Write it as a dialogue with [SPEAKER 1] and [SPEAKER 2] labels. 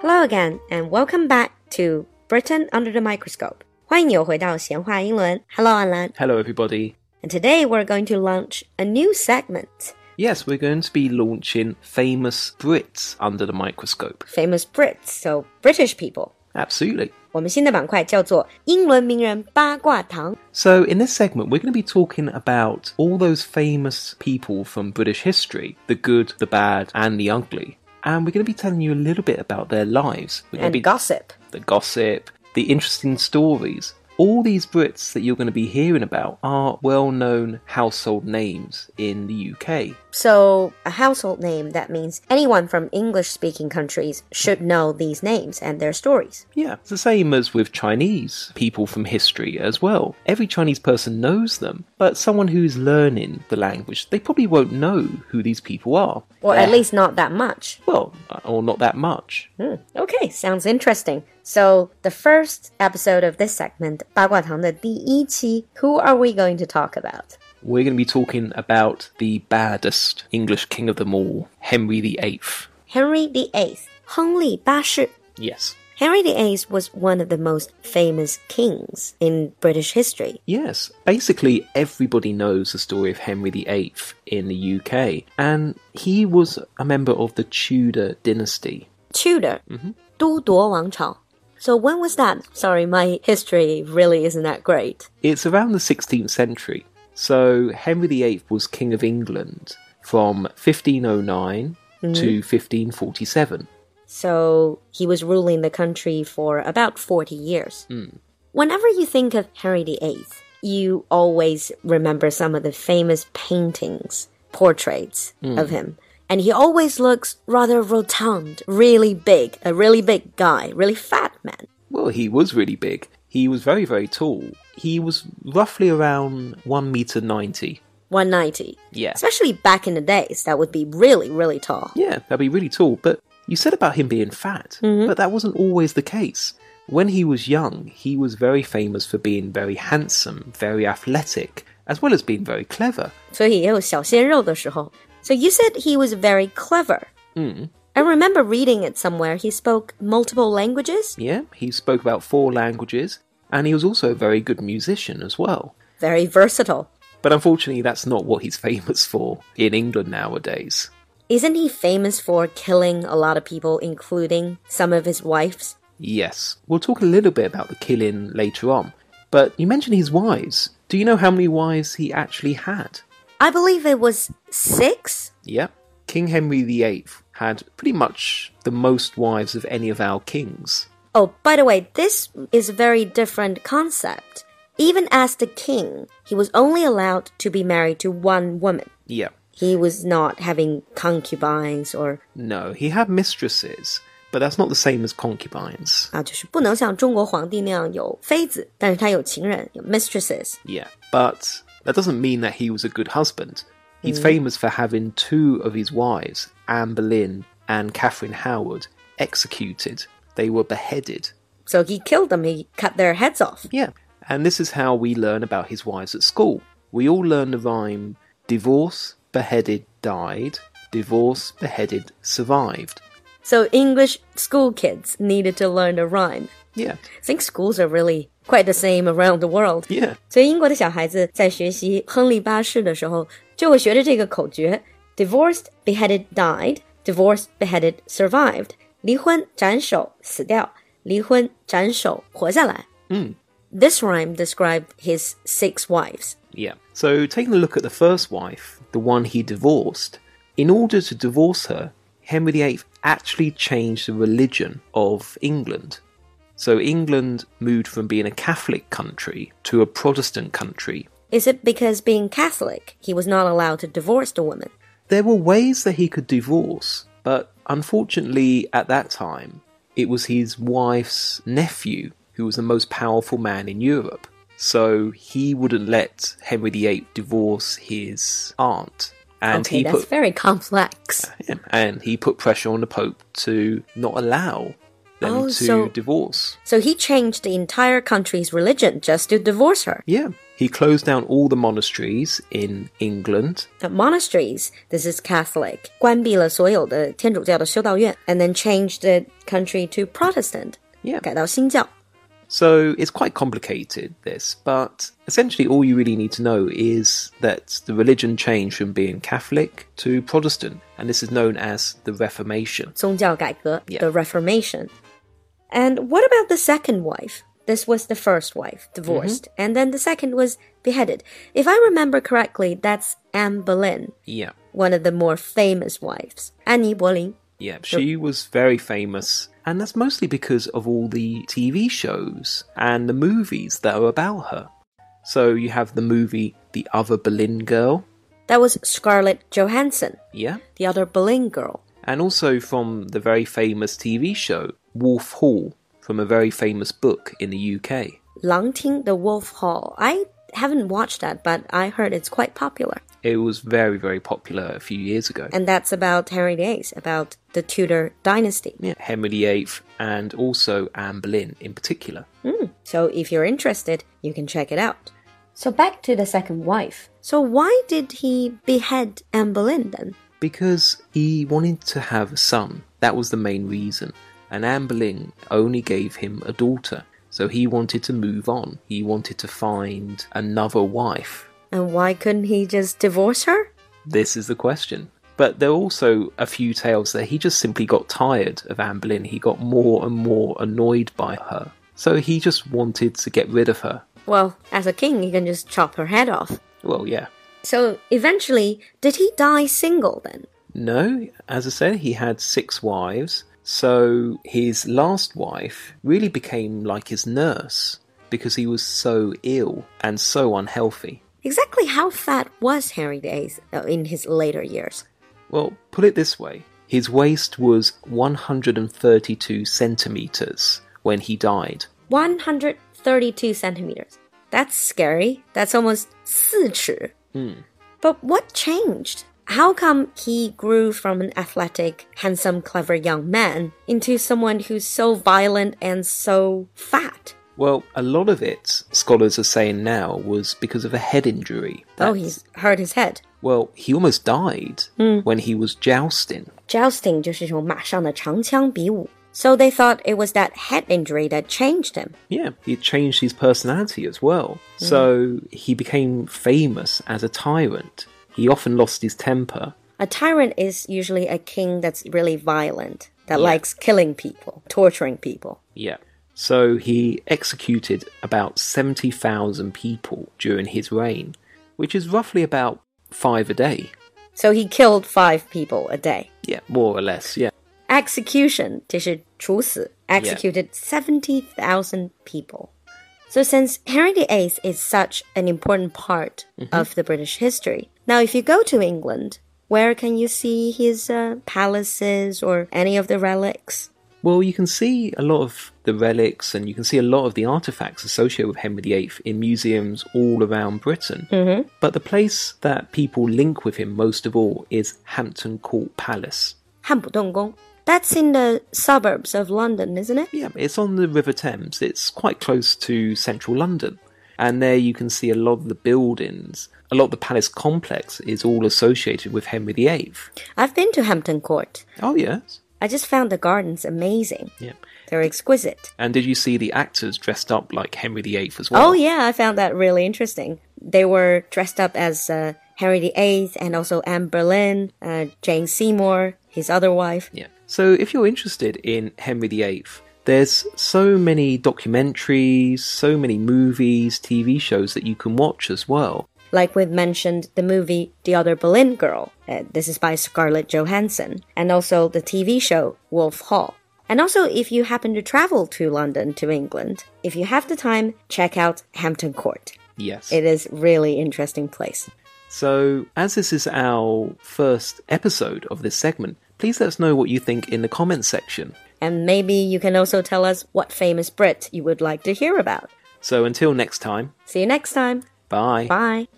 [SPEAKER 1] Hello again and welcome back to Britain under the microscope. 欢迎你又回到闲话英伦。Hello, Alan.
[SPEAKER 2] Hello, everybody.
[SPEAKER 1] And today we're going to launch a new segment,
[SPEAKER 2] Yes, we're going to be launching famous Brits under the microscope.
[SPEAKER 1] Famous Brits, so British people.
[SPEAKER 2] Absolutely.
[SPEAKER 1] 我们新的板块叫做英伦名人八卦堂。
[SPEAKER 2] So, in this segment, we're going to be talking about all those famous people from British history the good, the bad, and the ugly. And we're going to be telling you a little bit about their lives. We're going
[SPEAKER 1] and
[SPEAKER 2] to be
[SPEAKER 1] gossip.
[SPEAKER 2] the gossip, the interesting stories. All these Brits that you're going to be hearing about are well known household names in the UK.
[SPEAKER 1] So, a household name that means anyone from English speaking countries should know these names and their stories.
[SPEAKER 2] Yeah, it's the same as with Chinese people from history as well. Every Chinese person knows them, but someone who's learning the language, they probably won't know who these people are.
[SPEAKER 1] Or at
[SPEAKER 2] They're-
[SPEAKER 1] least not that much.
[SPEAKER 2] Well, or not that much.
[SPEAKER 1] Hmm, okay, sounds interesting. So, the first episode of this segment, 八卦堂的第一期, who are we going to talk about?
[SPEAKER 2] We're going to be talking about the baddest English king of them all, Henry VIII.
[SPEAKER 1] Henry VIII, 亨利八世.
[SPEAKER 2] Yes.
[SPEAKER 1] Henry VIII was one of the most famous kings in British history.
[SPEAKER 2] Yes, basically everybody knows the story of Henry VIII in the UK, and he was a member of the Tudor dynasty.
[SPEAKER 1] Tudor, 都铎王朝. So when was that? Sorry, my history really isn't that great.
[SPEAKER 2] It's around the 16th century. So Henry VIII was King of England from 1509 to 1547.
[SPEAKER 1] So he was ruling the country for about 40 years. Whenever you think of Henry VIII, you always remember some of the famous paintings, portraits of him. And he always looks rather rotund, really big, a really big guy, really fat man.
[SPEAKER 2] Well, he was really big. He was very, very tall. He was roughly around 1 meter 90.
[SPEAKER 1] 190.
[SPEAKER 2] Yeah.
[SPEAKER 1] Especially back in the days, that would be really, really tall.
[SPEAKER 2] Yeah, that'd be really tall. But you said about him being fat, but that wasn't always the case. When he was young, he was very famous for being very handsome, very athletic, as well as being very clever.
[SPEAKER 1] 所以也有小鲜肉的时候。So you said he was very clever.
[SPEAKER 2] Mm,
[SPEAKER 1] I remember reading it somewhere. He spoke multiple languages.
[SPEAKER 2] Yeah, he spoke about four languages, and he was also a very good musician as well.
[SPEAKER 1] Very versatile.
[SPEAKER 2] But unfortunately, that's not what he's famous for in England nowadays.
[SPEAKER 1] Isn't he famous for killing a lot of people, including some of his wives?
[SPEAKER 2] Yes, we'll talk a little bit about the killing later on. But you mentioned his wives. Do you know how many wives he actually had?
[SPEAKER 1] I believe it was six.
[SPEAKER 2] Yeah. King Henry VIII had pretty much the most wives of any of our kings.
[SPEAKER 1] Oh, by the way, this is a very different concept. Even as the king, he was only allowed to be married to one woman.
[SPEAKER 2] Yeah.
[SPEAKER 1] He was not having concubines or
[SPEAKER 2] No, he had mistresses, but that's not the same as concubines.
[SPEAKER 1] 啊，uh, 就是不能像中国皇帝那样有妃子，但是他有情人，有 mistresses。
[SPEAKER 2] Yeah. But that doesn't mean that he was a good husband. He's famous for having two of his wives, Anne Boleyn and Catherine Howard, executed. They were beheaded.
[SPEAKER 1] So he killed them. He cut their heads off.
[SPEAKER 2] Yeah. And this is how we learn about his wives at school. We all learn the rhyme divorce, beheaded, died, divorce, beheaded, survived.
[SPEAKER 1] So English school kids needed to learn the rhyme.
[SPEAKER 2] Yeah.
[SPEAKER 1] I think schools are really quite the same around the world.
[SPEAKER 2] Yeah.
[SPEAKER 1] 所以英国的小孩子在学习亨利八世的时候，就会学着这个口诀：divorced, beheaded, died; divorced, beheaded, survived。离婚、斩首、死掉；离婚、斩首、活下来。
[SPEAKER 2] Mm.
[SPEAKER 1] 嗯，This rhyme described his six wives.
[SPEAKER 2] Yeah. So taking a look at the first wife, the one he divorced, in order to divorce her, Henry VIII actually changed the religion of England. So England moved from being a Catholic country to a Protestant country
[SPEAKER 1] Is it because being Catholic, he was not allowed to divorce the woman?
[SPEAKER 2] There were ways that he could divorce, but unfortunately at that time, it was his wife's nephew who was the most powerful man in Europe. So he wouldn't let Henry VIII divorce his aunt. And
[SPEAKER 1] okay,
[SPEAKER 2] he
[SPEAKER 1] that's
[SPEAKER 2] put
[SPEAKER 1] very complex.
[SPEAKER 2] and he put pressure on the Pope to not allow them
[SPEAKER 1] Oh,
[SPEAKER 2] to
[SPEAKER 1] so-
[SPEAKER 2] divorce.
[SPEAKER 1] So he changed the entire country's religion just to divorce her.
[SPEAKER 2] Yeah. He closed down all the monasteries in England.
[SPEAKER 1] At monasteries, this is Catholic, 关闭了所有的天主教的修道院, and then changed the country to Protestant,
[SPEAKER 2] Yeah.
[SPEAKER 1] 改到新教.
[SPEAKER 2] So it's quite complicated, this, but essentially all you really need to know is that the religion changed from being Catholic to Protestant, and this is known as the Reformation.
[SPEAKER 1] 宗教改革,
[SPEAKER 2] Yeah.
[SPEAKER 1] the Reformation. And what about the second wife? This was the first wife, divorced, and then the second was beheaded. If I remember correctly, that's Anne Boleyn,
[SPEAKER 2] Yeah,
[SPEAKER 1] one of the more famous wives. 安妮·柏林.
[SPEAKER 2] yeah, she was very famous, and that's mostly because of all the TV shows and the movies that are about her. So you have the movie The Other Berlin Girl,
[SPEAKER 1] That was Scarlett Johansson,
[SPEAKER 2] yeah,
[SPEAKER 1] the other Boleyn girl.
[SPEAKER 2] and also from the very famous TV show Wolf Hall, from a very famous book in the UK.
[SPEAKER 1] Lang Ting, the Wolf Hall. I haven't watched that, but I heard it's quite popular.
[SPEAKER 2] It was very, very popular a few years ago.
[SPEAKER 1] And that's about Henry VIII, about the Tudor dynasty.
[SPEAKER 2] Yeah, Henry VIII and also Anne Boleyn in particular.
[SPEAKER 1] Hmm. So if you're interested, you can check it out. So back to the second wife. So why did he behead Anne Boleyn then?
[SPEAKER 2] Because he wanted to have a son. That was the main reason. And Anne Boleyn only gave him a daughter. So he wanted to move on. He wanted to find another wife.
[SPEAKER 1] And why couldn't he just divorce her?
[SPEAKER 2] This is the question. But there are also a few tales that he just simply got tired of Anne Boleyn. He got more and more annoyed by her. So he just wanted to get rid of her.
[SPEAKER 1] Well, as a king, he can just chop her head off.
[SPEAKER 2] Well, yeah,
[SPEAKER 1] So eventually, did he die single then?
[SPEAKER 2] No, as I said, he had six wives. So his last wife really became like his nurse because he was so ill and so unhealthy.
[SPEAKER 1] Exactly how fat was Henry VIII uh, in his later years?
[SPEAKER 2] Well, put it this way his waist was 132 centimetres when he died.
[SPEAKER 1] 132 centimeters. That's scary. That's almost 四尺.
[SPEAKER 2] Hmm.
[SPEAKER 1] But what changed? How come he grew from an athletic, handsome, clever young man into someone who's so violent and so fat?
[SPEAKER 2] Well, a lot of it, scholars are saying now, was because of a head injury.
[SPEAKER 1] Oh,
[SPEAKER 2] That's-
[SPEAKER 1] he's Hmm. hurt his head.
[SPEAKER 2] Well, he almost died when he was jousting.
[SPEAKER 1] Jousting 就是这种马上的长枪比武. So they thought it was that head injury that changed him.
[SPEAKER 2] Yeah, it changed his personality as well. So he became famous as a tyrant. He often lost his temper.
[SPEAKER 1] A tyrant is usually a king that's really violent, that
[SPEAKER 2] Yeah.
[SPEAKER 1] likes killing people, torturing people.
[SPEAKER 2] Yeah. So he executed about 70,000 people during his reign, which is roughly about five a day.
[SPEAKER 1] So he killed five people a day.
[SPEAKER 2] Yeah, more or less, yeah.
[SPEAKER 1] Execution, 这是处死, executed 70,000 people. So since Henry VIII is such an important part of the British history, now if you go to England, where can you see his uh, palaces or any of the relics?
[SPEAKER 2] Well, you can see a lot of the relics and you can see a lot of the artifacts associated with Henry VIII in museums all around Britain. Mm-hmm. But the place that people link with him most of all is Hampton Court Palace.
[SPEAKER 1] 汉普顿宫. That's in the suburbs of London, isn't it?
[SPEAKER 2] Yeah, it's on the River Thames. It's quite close to central London. And there you can see a lot of the buildings. A lot of the palace complex is all associated with Henry VIII.
[SPEAKER 1] I've been to Hampton Court.
[SPEAKER 2] Oh, yes.
[SPEAKER 1] I just found the gardens amazing.
[SPEAKER 2] Yeah.
[SPEAKER 1] They're exquisite.
[SPEAKER 2] And did you see the actors dressed up like Henry VIII as well?
[SPEAKER 1] Oh yeah, I found that really interesting. They were dressed up as uh, Henry VIII and also Anne Boleyn, uh, Jane Seymour, his other wife.
[SPEAKER 2] Yeah. So if you're interested in Henry VIII, there's so many documentaries, so many movies, TV shows that you can watch as well.
[SPEAKER 1] Like we've mentioned, the movie The Other Boleyn Girl. Uh, this is by Scarlett Johansson, and also the TV show Wolf Hall. And also, if you happen to travel to London, to England, if you have the time, check out Hampton Court.
[SPEAKER 2] Yes.
[SPEAKER 1] It is really interesting place.
[SPEAKER 2] So, as this is our first episode of this segment, please let us know what you think in the comments section.
[SPEAKER 1] And maybe you can also tell us what famous Brit you would like to hear about.
[SPEAKER 2] So, until next time,
[SPEAKER 1] See you next time.
[SPEAKER 2] bye.
[SPEAKER 1] Bye.